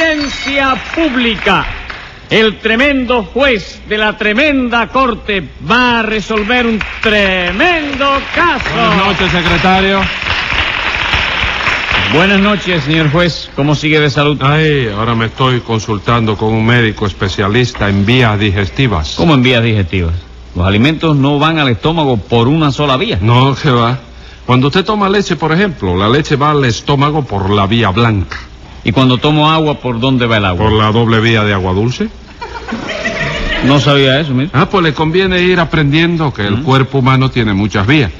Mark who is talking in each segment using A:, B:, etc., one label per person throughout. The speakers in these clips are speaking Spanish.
A: audiencia pública. El tremendo juez de la tremenda corte va a resolver un tremendo caso.
B: Buenas noches, secretario.
A: Buenas noches, señor juez. ¿Cómo sigue de salud?
B: Ay, ahora me estoy consultando con un médico especialista en vías digestivas.
A: ¿Cómo en vías digestivas? Los alimentos no van al estómago por una sola vía.
B: No, que va. Cuando usted toma leche, por ejemplo, la leche va al estómago por la vía blanca.
A: Y cuando tomo agua, ¿por dónde va el agua?
B: ¿Por la doble vía de agua dulce?
A: No sabía eso, mire.
B: Ah, pues le conviene ir aprendiendo que el cuerpo humano tiene muchas vías.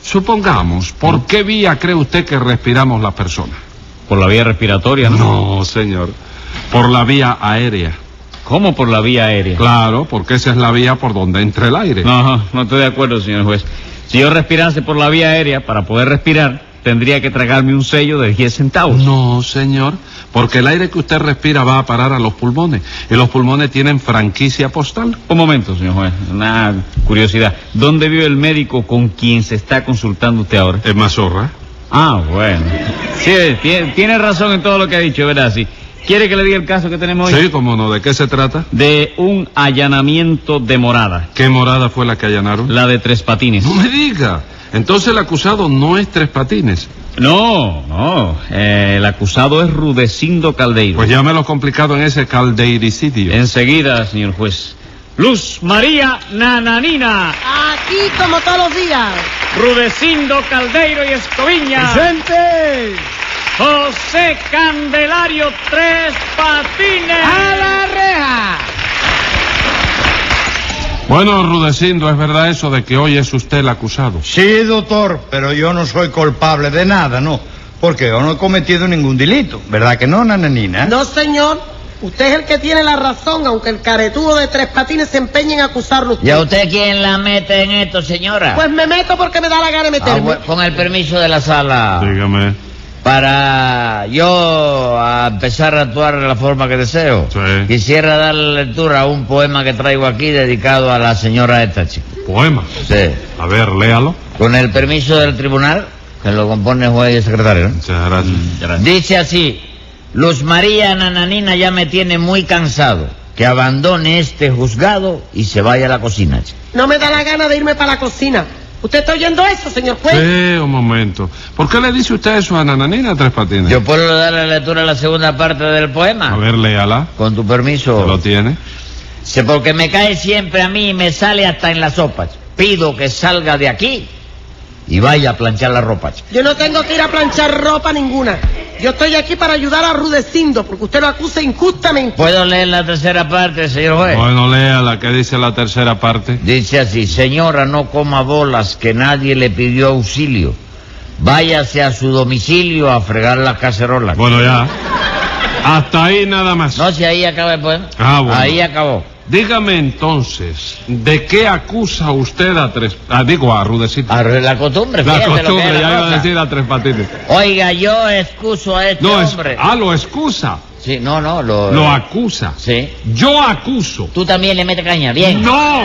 B: Supongamos, ¿por qué vía cree usted que respiramos las personas?
A: Por la vía respiratoria, ¿no?
B: No, señor. Por la vía aérea.
A: ¿Cómo por la vía aérea?
B: Claro, porque esa es la vía por donde entra el aire.
A: No, no, no estoy de acuerdo, señor juez. Si yo respirase por la vía aérea, para poder respirar, tendría que tragarme un sello de 10 centavos.
B: No, señor, porque el aire que usted respira va a parar a los pulmones. Y los pulmones tienen franquicia postal.
A: Un momento, señor juez. Una curiosidad. ¿Dónde vive el médico con quien se está consultando usted ahora?
B: Es mazorra.
A: Ah, bueno. Sí, tiene, tiene razón en todo lo que ha dicho, ¿verdad? Sí. ¿Quiere que le diga el caso que tenemos hoy?
B: Sí, cómo no. ¿De qué se trata?
A: De un allanamiento de morada.
B: ¿Qué morada fue la que allanaron?
A: La de Tres Patines.
B: No me diga. Entonces el acusado no es Tres Patines.
A: No, no. eh, el acusado es Rudecindo Caldeiro.
B: Pues llámelo complicado en ese caldeiricidio.
A: Enseguida, señor juez. Luz María Nananina,
C: Aquí como todos los días.
A: Rudecindo Caldeiro y Escoviña.
D: ¡Presente!
A: José Candelario Tres Patines.
D: ¡A la reja!
B: Bueno, Rudecindo, ¿es verdad eso de que hoy es usted el acusado?
D: Sí, doctor, pero yo no soy culpable de nada, no. Porque yo no he cometido ningún delito. ¿Verdad que no,
A: ¿Eh?
D: nananina?
C: No, señor. Usted es el que tiene la razón, aunque el caretudo de tres patines se empeñe en acusarlo. a usted.
E: ¿Y a usted quién la mete en esto, señora?
C: Pues me meto porque me da la gana de
E: Ah,
C: meterme.
E: bueno, con el permiso de la sala.
B: Ah. Dígame.
E: Para yo a empezar a actuar de la forma que deseo,
B: Sí.
E: quisiera darle lectura a un poema que traigo aquí dedicado a la señora esta chica.
B: Poema.
E: Sí.
B: A ver, léalo.
E: Con el permiso del tribunal, que lo compone juez y secretario. ¿no?
B: Muchas gracias.
E: Dice así, Luz María Nananina ya me tiene muy cansado. Que abandone este juzgado y se vaya a la cocina. chica.
C: No me da la gana de irme para la cocina. ¿Usted está oyendo eso, señor juez?
B: Sí, un momento. ¿Por qué le dice usted eso a Nananina Tres Patines?
E: Yo puedo darle lectura a la segunda parte del poema.
B: A ver, léala.
E: Con tu permiso.
B: ¿Lo tiene?
E: Se- porque me cae siempre a mí y me sale hasta en las sopas. Pido que salga de aquí y vaya a planchar la ropa.
C: Yo no tengo que ir a planchar ropa ninguna. Yo estoy aquí para ayudar a Rudecindo, porque usted lo acusa injustamente.
E: ¿Puedo leer la tercera parte, señor juez?
B: Bueno, léala. ¿Qué dice la tercera parte?
E: Dice así, señora, no coma bolas, que nadie le pidió auxilio. Váyase a su domicilio a fregar las cacerolas.
B: Bueno, ya. Hasta ahí nada más.
E: No, si ahí acaba el poema.
B: Ah, bueno.
E: Ahí acabó.
B: Dígame entonces, ¿de qué acusa usted a Tres... ah, digo, a Rudecito.
E: A la costumbre,
B: la
E: fíjate lo que
B: costumbre,
E: es la
B: ya iba a
E: cosa.
B: decir a Tres Patines.
E: Oiga, yo excuso a este
B: No, es...
E: hombre.
B: Ah, lo excusa.
E: Sí, no, no, lo... eh,
B: Lo acusa.
E: Sí.
B: Yo acuso.
E: Tú también le metes caña, bien.
B: No.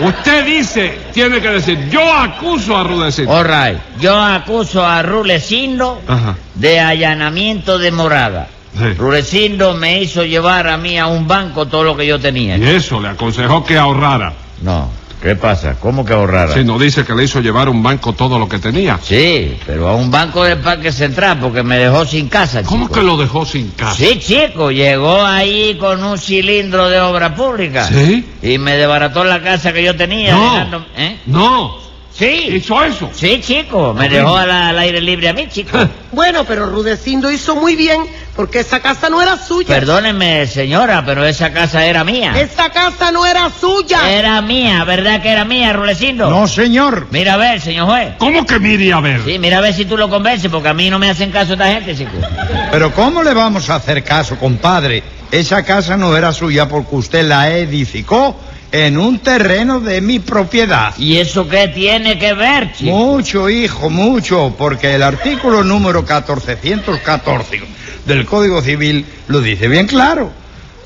B: Usted dice, tiene que decir, yo acuso a Rudecito.
E: All right. Yo acuso a Rulecindo
B: Ajá.
E: de allanamiento de morada.
B: Ah. Sí.
E: Rulecindo me hizo llevar a mí a un banco todo lo que yo tenía.
B: Y eso le aconsejó que ahorrara.
E: No, ¿qué pasa? ¿Cómo que ahorrara?
B: Si no dice que le hizo llevar un banco todo lo que tenía.
E: Sí, pero a un banco del Parque Central porque me dejó sin casa.
B: ¿Cómo
E: chico.
B: que lo dejó sin casa?
E: Sí, chico, llegó ahí con un cilindro de obra pública.
B: ¿Sí?
E: Y me desbarató la casa que yo tenía.
B: No.
E: dejándome- ¿Eh?
B: No.
E: Sí.
B: Hizo eso.
E: Sí, chico, me
B: Ok.
E: dejó al, al aire libre a mí, chico.
D: Ah.
C: Bueno, pero Rudecindo hizo muy bien, porque esa casa no era suya.
E: Perdóneme, señora, pero esa casa era mía.
C: Esa casa no era suya.
E: Era mía, ¿verdad que era mía, Rulecindo?
D: No, señor.
E: Mira a ver, señor juez.
B: ¿Cómo que mire a ver?
E: Sí, mira a ver si tú lo convences, porque a mí no me hacen caso esta gente, chico.
D: Pero ¿cómo le vamos a hacer caso, compadre? Esa casa no era suya porque usted la edificó en un terreno de mi propiedad.
E: ¿Y eso qué tiene que ver, chico?
D: Mucho, hijo, mucho, porque el artículo número 1414 del Código Civil lo dice bien claro.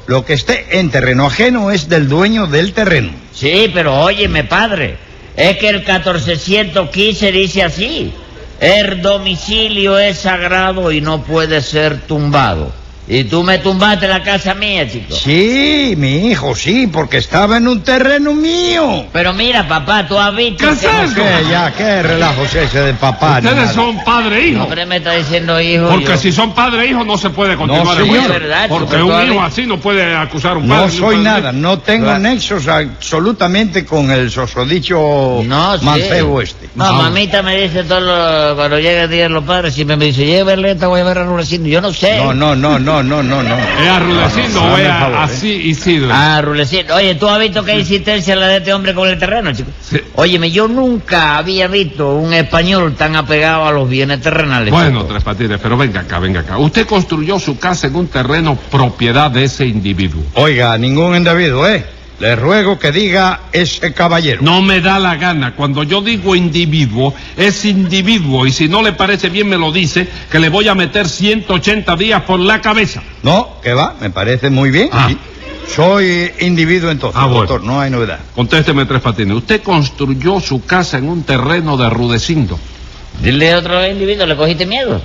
D: Lo que esté en terreno ajeno es del dueño del terreno.
E: Sí, pero óyeme, padre. Es que el 1415 dice así. El domicilio es sagrado y no puede ser tumbado. Y tú me tumbaste la casa mía, chico.
D: Sí, mi hijo, sí, porque estaba en un terreno mío.
E: Pero mira, papá, tú has visto... que-
B: ¡Casado!
D: ¿Qué, ya, qué relajo es ese de papá. ni
B: Ustedes
D: nada?
B: son padre e
E: No
B: hijo.
E: crees que me está diciendo hijo.
B: Porque
E: yo-
B: si son padre e hijo no se puede continuar el
D: señor.
B: juicio.
D: Es
E: verdad, chico,
B: Porque un
E: todavía-
B: hijo así no puede acusar a un padre.
D: No
B: ni un
D: soy
B: padre.
D: nada, no tengo nexos absolutamente con el sosodicho
E: No, sí.
D: mancebo este.
E: No, mamita me dice todo lo- cuando llega el día de los padres, siempre me dice, llévale esta, voy a ver a Rudecindo. Yo no sé.
D: No, no, no, no, no, no, no.
B: Es arrudecido
D: No, no,
B: o es
D: dame el favor, ¿eh?
B: así Isidro.
E: Ah, Rudecindo. Oye, ¿tú has visto qué insistencia la de este hombre con el terreno, chico?
B: Sí.
E: Óyeme, yo nunca había visto un español tan apegado a los bienes terrenales.
B: Bueno,
E: chico.
B: Tres Patines, pero venga acá, venga acá. Usted construyó su casa en un terreno propiedad de ese individuo.
D: Oiga, ningún individuo, ¿eh? Le ruego que diga ese caballero.
B: No me da la gana. Cuando yo digo individuo, es individuo. Y si no le parece bien, me lo dice, que le voy a meter 180 días por la cabeza.
D: No, que va, me parece muy bien.
B: Ah.
D: Sí. Soy individuo entonces,
B: Ah, bueno.
D: doctor, no hay novedad.
B: Contésteme, Tres Patines. Usted construyó su casa en un terreno de Rudecindo.
E: Dile a otro individuo, ¿le cogiste miedo?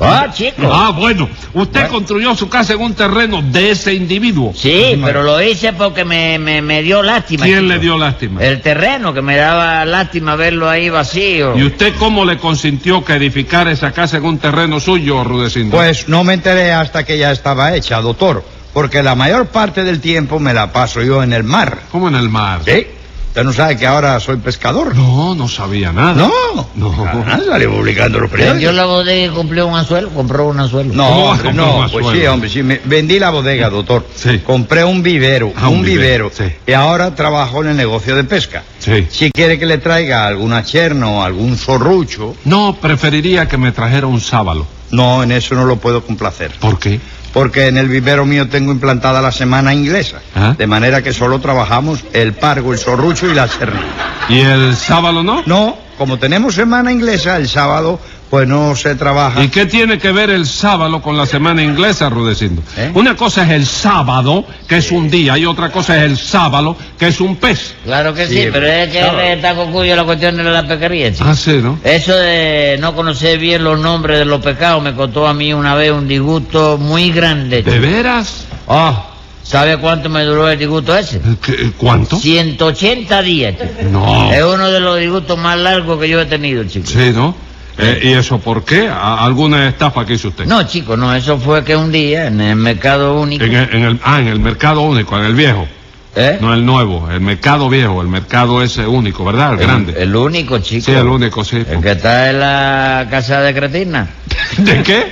E: Ah, chico.
B: Ah, bueno. Usted construyó su casa en un terreno de ese individuo.
E: Sí, pero lo hice porque me, me, me dio lástima.
B: ¿Quién
E: chico.
B: le dio lástima?
E: El terreno, que me daba lástima verlo ahí vacío.
B: ¿Y usted cómo le consintió que edificara esa casa en un terreno suyo, Rudecindo?
D: Pues no me enteré hasta que ya estaba hecha, doctor, porque la mayor parte del tiempo me la paso yo en el mar.
B: ¿Cómo en el mar?
D: ¿Sí? Usted no sabe que ahora soy pescador.
B: No, no sabía nada.
D: No,
B: No.
D: Ah, sale publicando los
E: Vendió
D: periódicos.
E: la bodega y compró un anzuelo, compró un anzuelo.
D: No,
B: ¿Cómo vas a
D: hombre,
B: comprar
D: no,
B: más
D: pues
B: suelo?
D: sí, hombre, sí, me- vendí la bodega, doctor.
B: Sí.
D: Compré un vivero,
B: Ah,
D: un,
B: un
D: vivero,
B: vivero, sí.
D: y ahora trabajo en el negocio de pesca.
B: Sí.
D: Si quiere que le traiga alguna cherna o algún zorrucho,
B: No, preferiría que me trajera un sábalo.
D: no, en eso no lo puedo complacer.
B: ¿Por qué?
D: Porque en el vivero mío tengo implantada la semana inglesa.
B: Ah.
D: De manera que solo trabajamos el pargo, el zorrucho y la cherna.
B: ¿Y el sábalo no?
D: No, como tenemos semana inglesa el sábado, pues no se trabaja.
B: ¿Y qué tiene que ver el sábado con la semana inglesa, Rudecindo?
D: ¿Eh?
B: Una cosa es el sábado, que es un día, y otra cosa es el sábado, que es un pez.
E: Claro que sí,
D: Sí,
E: pero es que
D: claro.
E: él está con cuyo la cuestión de la pesquería, chico.
B: Ah, sí, ¿no?
E: Eso de no conocer bien los nombres de los pecados me costó a mí una vez un disgusto muy grande.
B: ¿De
E: chico.
B: veras? Eh,
E: Ah, ¿sabe cuánto me duró el disgusto ese?
B: ¿Qué- ¿Cuánto?
E: 180 días, chico.
B: No.
E: Es uno de los disgustos más largos que yo he tenido, chico.
B: Sí, ¿no? Eh, ¿Y eso por qué? ¿A- ¿Alguna estafa que hizo usted?
E: No, chico, no, eso fue que un día en el mercado único...
B: En el, en el- ah, en el mercado único, en el viejo.
E: ¿Eh?
B: No el nuevo, el mercado viejo, el mercado ese único, ¿verdad? El, grande.
E: El único, chico.
B: Sí, el único, sí.
E: El que está en la casa de Cretina.
B: ¿De qué?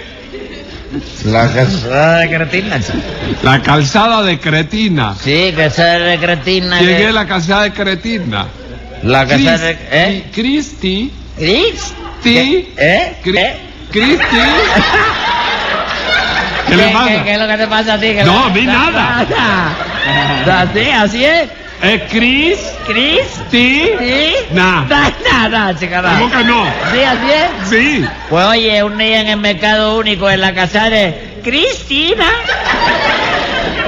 E: La casa de Cretina, chico.
B: La calzada de Cretina.
E: Sí, casa de Cretina.
B: Llegué
E: que-
B: a la calzada de Cretina.
E: La casa de...
B: Cris-
E: ¿Eh?
B: Cristi.
E: ¿Cris?
B: Ti.
E: ¿Eh?
B: Cri-
E: ¿Eh?
B: Cristi. ¿Qué le pasa?
E: ¿Qué, es lo que te pasa a ti? ¿Qué
B: No,
E: le-
B: a mí nada.
E: Nada. Así, así es.
B: ¿Es Cristi?
E: ¿Cris? ¿Sí?
B: Nah.
E: Da- Nada, chica, da.
B: ¿Cómo que no?
E: Sí, así es.
B: Sí.
E: Pues oye, un día en el mercado único en la casa de Cristina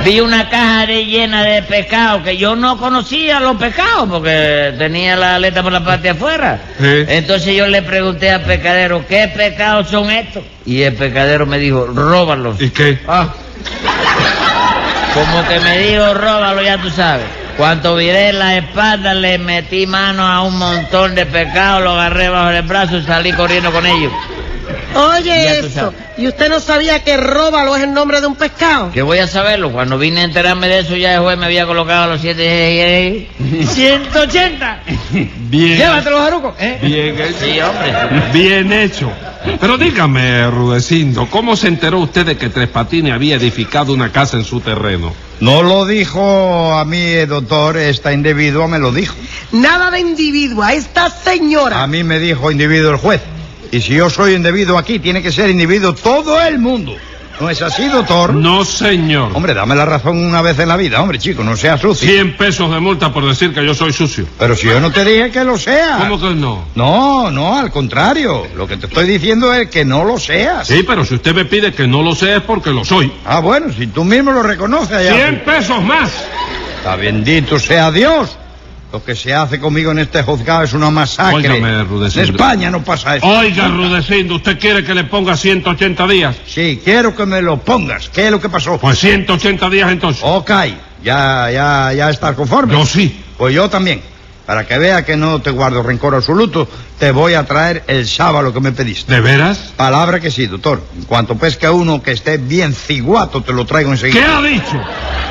E: vi una caja de- llena de pescado que yo no conocía los pescados porque tenía la aleta por la parte de afuera.
B: Sí.
E: Entonces yo le pregunté al pescadero, ¿qué pescados son estos? Y el pescadero me dijo, róbalos.
B: ¿Y qué?
E: Ah. Como que me dijo, róbalo, ya tú sabes. Cuando viré la espalda, le metí mano a un montón de pescados, lo agarré bajo el brazo y salí corriendo con ellos. Ya
C: Oye
E: tú
C: eso,
E: sabes.
C: ¿y usted no sabía que róbalo es el nombre de un pescado?
E: Que voy a saberlo, cuando vine a enterarme de eso, ya el juez me había colocado a los siete... eh, eh, eh. ¡180!
B: Bien.
E: ¡Llévatelo, Jaruco!
B: Bien hecho.
E: Sí, hombre.
B: Bien hecho. Pero dígame, Rudecindo, ¿cómo se enteró usted de que Tres Patines había edificado una casa en su terreno?
D: No lo dijo a mí, eh, doctor, esta individua me lo dijo.
C: Nada de individuo, esta
D: A
C: señora.
D: mí me dijo individuo el juez. Y si yo soy individuo aquí, tiene que ser individuo todo el mundo. ¿No es así, doctor?
B: No, señor.
D: Hombre, dame la razón una vez en la vida, hombre, chico, no sea sucio.
B: 100 pesos de multa por decir que yo soy sucio.
D: Pero si yo no te dije que lo sea.
B: ¿Cómo que no?
D: No, no, al contrario. Lo que te estoy diciendo es que no lo seas.
B: Sí, pero si usted me pide que no lo sé es porque lo soy.
D: Ah, bueno, si tú mismo lo reconoces allá.
B: 100 pesos más.
D: Está bendito sea Dios. Lo que se hace conmigo en este juzgado es una masacre.
B: Óigame, Rudecindo. Oh,
D: En España no pasa eso.
B: Oiga, Rudecindo, ¿usted quiere que le ponga 180 días?
D: Sí, quiero que me lo pongas. ¿Qué es lo que pasó?
B: Pues 180 días entonces.
D: Ok, ya, ya, ya estás conforme.
B: Yo sí.
D: Pues yo también. Para que vea que no te guardo rencor absoluto, te voy a traer el sábado que me pediste.
B: ¿De veras?
D: Palabra que sí, doctor. En cuanto pesca uno que esté bien ciguato, te lo traigo
B: ¿Qué
D: enseguida.
B: ha dicho?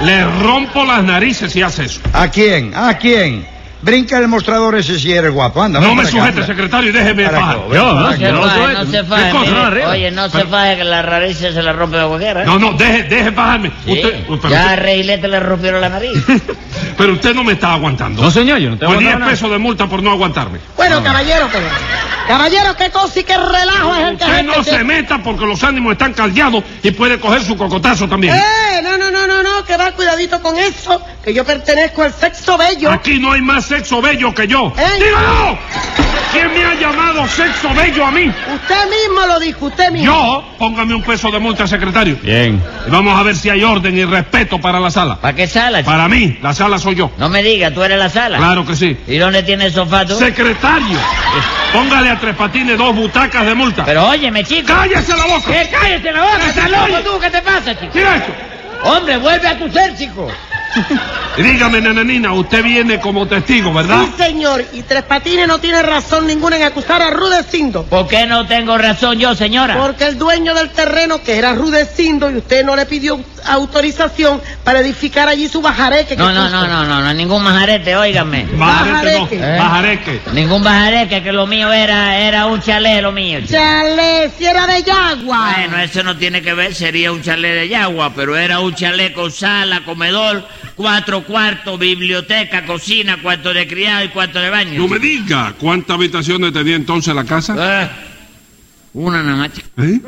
B: Le rompo las narices si hace eso.
D: ¿A quién? ¿A quién? Brinca el mostrador ese si eres guapo. Anda,
B: No
D: ven
B: me
D: para acá,
B: sujete,
D: anda.
B: secretario, y déjeme en
D: Para
B: paz.
D: acá, ven
A: Yo,
D: para
A: ¿no?
D: acá.
E: se
A: no,
E: faje,
A: soy-
E: no se
A: ¿qué
E: faje,
A: cosa,
E: mire.
A: no, arriba?
E: Oye, no se faje que la nariz se la rompe a cualquiera. ¿eh?
B: No, no, deje, deje bajarme.
E: Sí.
B: Usted, u- pero,
E: ya a
B: usted,
E: Reilete le rompieron la nariz.
B: pero usted no me está aguantando.
A: No, señor, yo no te
B: Pues 10
A: nada.
B: pesos de multa por no aguantarme.
C: Bueno, caballero, pero... Caballero, qué cosa y qué relajo es el que... este
B: Usted no
C: que-
B: se meta porque los ánimos están caldeados y puede coger su cocotazo también.
C: ¡Eh! No, no, no, no, no, que va cuidadito con eso, que yo pertenezco al sexo bello.
B: Aquí no hay más sexo bello que yo.
C: ¿Eh?
B: ¡Dígalo! ¿Quién me ha llamado sexo bello a mí?
C: Usted mismo lo dijo, usted mismo.
B: Yo, póngame un peso de multa, secretario.
A: Bien.
B: Y vamos a ver si hay orden y respeto para la sala.
E: ¿Para qué sala? chico?
B: Para mí, la sala soy yo.
E: No me digas, tú eres la sala.
B: Claro que sí.
E: ¿Y dónde tiene el sofá tú?
B: Secretario, póngale a Tres Patines dos butacas de multa.
E: Pero óyeme, chico.
B: ¡Cállese la boca!
E: ¡Que cállate la boca!
B: ¡Cállate,
E: ¿Estás loco
B: oye!
E: tú? ¿Qué te pasa, chico?
B: ¡Mira esto!
E: Hombre, vuelve a tu ser, chico.
B: Y Dígame, nenanina, usted viene como testigo, ¿verdad?
C: Sí, señor, y Tres Patines no tiene razón ninguna en acusar a Rudecindo.
E: ¿Por qué no tengo razón yo, señora?
C: Porque el dueño del terreno, que era Rudecindo, y usted no le pidió autorización para edificar allí su bajareque. que
E: No, no,
C: puso.
E: no, no, no, no, ningún majarete, óigame.
B: Bajareque, no,
C: Bajareque.
B: bajareque.
E: Ningún bajareque, que lo mío era, era un chalet, lo mío. chico.
C: Chale, si era de Yagua.
E: Bueno, eso no tiene que ver, sería un chalet de yagua, pero era un chalet con sala, comedor, cuatro cuartos, biblioteca, cocina, cuarto de criado y cuarto de baño.
B: No me diga, ¿cuántas habitaciones tenía entonces la casa?
E: Eh, una nada más, chico.
B: ¿Eh?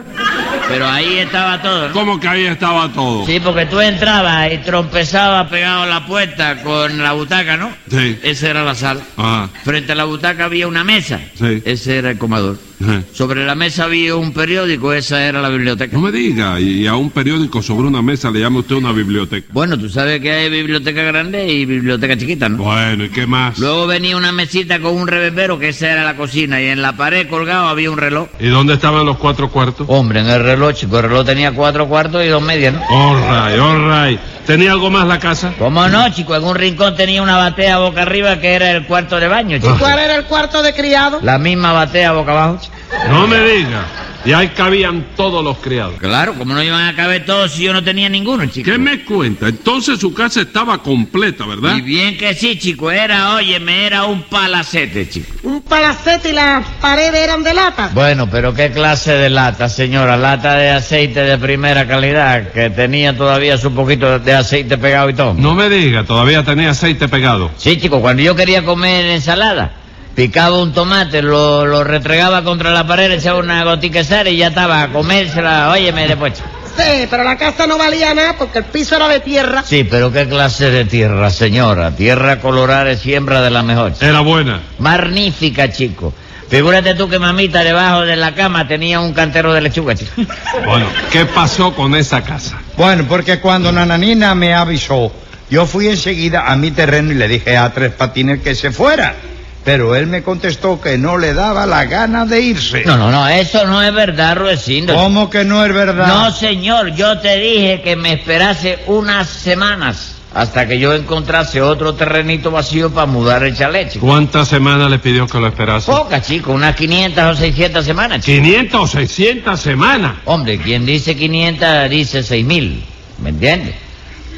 E: pero ahí estaba todo, ¿no?
B: ¿Cómo que ahí estaba todo?
E: Sí, porque tú entrabas y trompezabas pegado a la puerta con la butaca, ¿no?
B: Sí.
E: Esa era la sala.
B: Ah,
E: Frente a la butaca había una mesa.
B: Sí.
E: Ese era el comedor.
B: eh.
E: Sobre la mesa había un periódico, esa era la biblioteca.
B: No me diga, y a un periódico sobre una mesa le llama usted una biblioteca.
E: Bueno, tú sabes que hay biblioteca grande y biblioteca chiquita, ¿no?
B: Bueno, ¿y qué más?
E: Luego venía una mesita con un reverbero, que esa era la cocina, y en la pared colgado había un reloj.
B: ¿Y dónde estaban los cuatro cuartos?
E: Hombre, en el reloj, chico, el reloj tenía cuatro cuartos y dos medias, ¿no?
B: All right, all right. ¿Tenía algo más la casa?
E: ¿Cómo no, chico? En un rincón tenía una batea boca arriba que era el cuarto de baño,
C: ¿Y
E: chico.
B: Ah.
C: cuál era el cuarto de criado?
E: La misma batea boca abajo, chico.
B: No me diga. Y ahí cabían todos los criados.
E: Claro, como no iban a caber todos si yo no tenía ninguno, chico.
B: ¿Qué me cuenta? Entonces su casa estaba completa, ¿verdad?
E: Y bien que sí, chico, era, óyeme, era un palacete, chico.
C: Un palacete y las paredes eran de lata.
E: Bueno, pero qué clase de lata, señora, lata de aceite de primera calidad, que tenía todavía su poquito de aceite pegado y todo.
B: No me diga, todavía tenía aceite pegado.
E: Sí, chico, cuando yo quería comer ensalada, picaba un tomate, lo, lo retregaba contra la pared, le echaba una gotica de sal y ya estaba a comérsela, óyeme después. chico.
C: Sí, pero la casa no valía nada porque el piso era de tierra.
E: Sí, pero qué clase de tierra, señora, tierra colorada es siembra de la mejor. chico.
B: Era buena.
E: Magnífica, chico. Figúrate tú que mamita debajo de la cama tenía un cantero de lechuga, chico.
B: Bueno, ¿qué pasó con esa casa?
D: Bueno, porque cuando Nananina me avisó, yo fui enseguida a mi terreno y le dije a Tres Patines que se fuera. Pero él me contestó que no le daba la gana de irse.
E: No, no, no, eso no es verdad, Ruecindo.
D: ¿Cómo que no es verdad?
E: No, señor, yo te dije que me esperase unas semanas hasta que yo encontrase otro terrenito vacío para mudar el chalet, chico.
B: ¿Cuántas semanas le pidió que lo esperase?
E: Pocas, chico, unas 500 o 600 semanas, chico.
B: 500 o 600 semanas.
E: Hombre, quien dice 500 dice 6000, ¿me entiendes?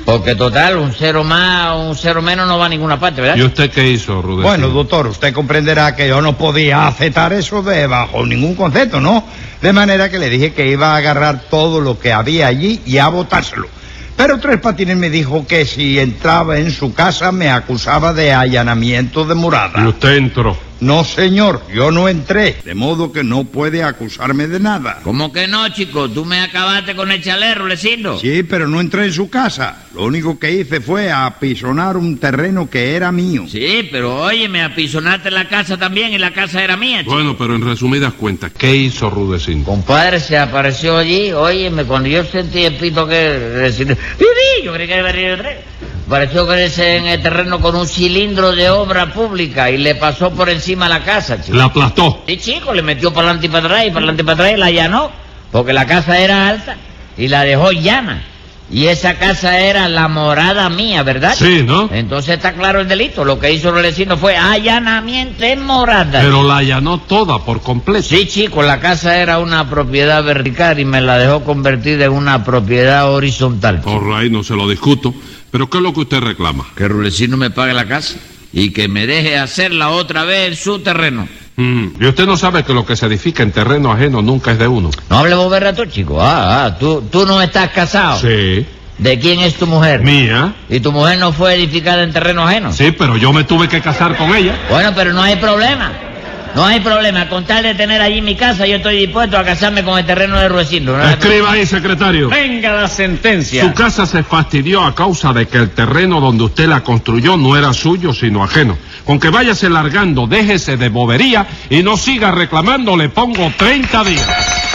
E: Porque total, un cero más, un cero menos no va a ninguna parte,
A: ¿Eh?
E: ¿verdad?
B: ¿Y usted qué hizo, Rudecindo?
D: Bueno, doctor, usted comprenderá que yo no podía aceptar eso de bajo ningún concepto, ¿no? De manera que le dije que iba a agarrar todo lo que había allí y a botárselo. Pero Tres Patines me dijo que si entraba en su casa me acusaba de allanamiento de morada.
B: Y usted entró.
D: No, señor, yo no entré. De modo que no puede acusarme de nada.
E: ¿Cómo que no, chico? Tú me acabaste con el chalet, Rulecindo.
D: Sí, pero no entré en su casa. Lo único que hice fue apisonar un terreno que era mío.
E: Sí, pero oye, me apisonaste la casa también y la casa era mía, chico.
B: Bueno, pero en resumidas cuentas, ¿qué hizo Rudecindo?
E: Compadre, se apareció allí, óyeme, cuando yo sentí el pito que... decir, "Pipí", Yo creí que había venido el tren. Pareció crecer en el terreno con un cilindro de obra pública y le pasó por encima la casa, chico.
B: La aplastó.
E: Sí, chico, le metió para adelante y para atrás y para adelante y para atrás y la allanó, porque la casa era alta y la dejó llana. Y esa casa era la morada mía, ¿verdad?
B: Sí, ¿no?
E: Entonces está claro el delito. Lo que hizo el vecino fue allanamiento en morada.
B: Pero la allanó toda por completo.
E: Sí, chico, la casa era una propiedad vertical y me la dejó convertida en una propiedad horizontal.
B: Por ahí no se lo discuto. Pero ¿qué es lo que usted reclama?
E: Que Rulecino me pague la casa y que me deje hacerla otra vez en su terreno.
B: Mm, Y usted no sabe que lo que se edifica en terreno ajeno nunca es de uno.
E: No hable boberra tú, chico. Ah, ah, tú, tú no estás casado.
B: Sí.
E: ¿De quién es tu mujer?
B: Mía.
E: ¿Y tu mujer no fue edificada en terreno ajeno?
B: Sí, pero yo me tuve que casar con ella.
E: Bueno, pero no hay problema. No hay problema. Con tal de tener allí mi casa, yo estoy dispuesto a casarme con el terreno de Ruecino.
B: Escriba ahí, secretario.
A: Venga la sentencia.
B: Su casa se fastidió a causa de que el terreno donde usted la construyó no era suyo, sino ajeno. Con que váyase largando, déjese de bobería y no siga reclamando, le pongo 30 días.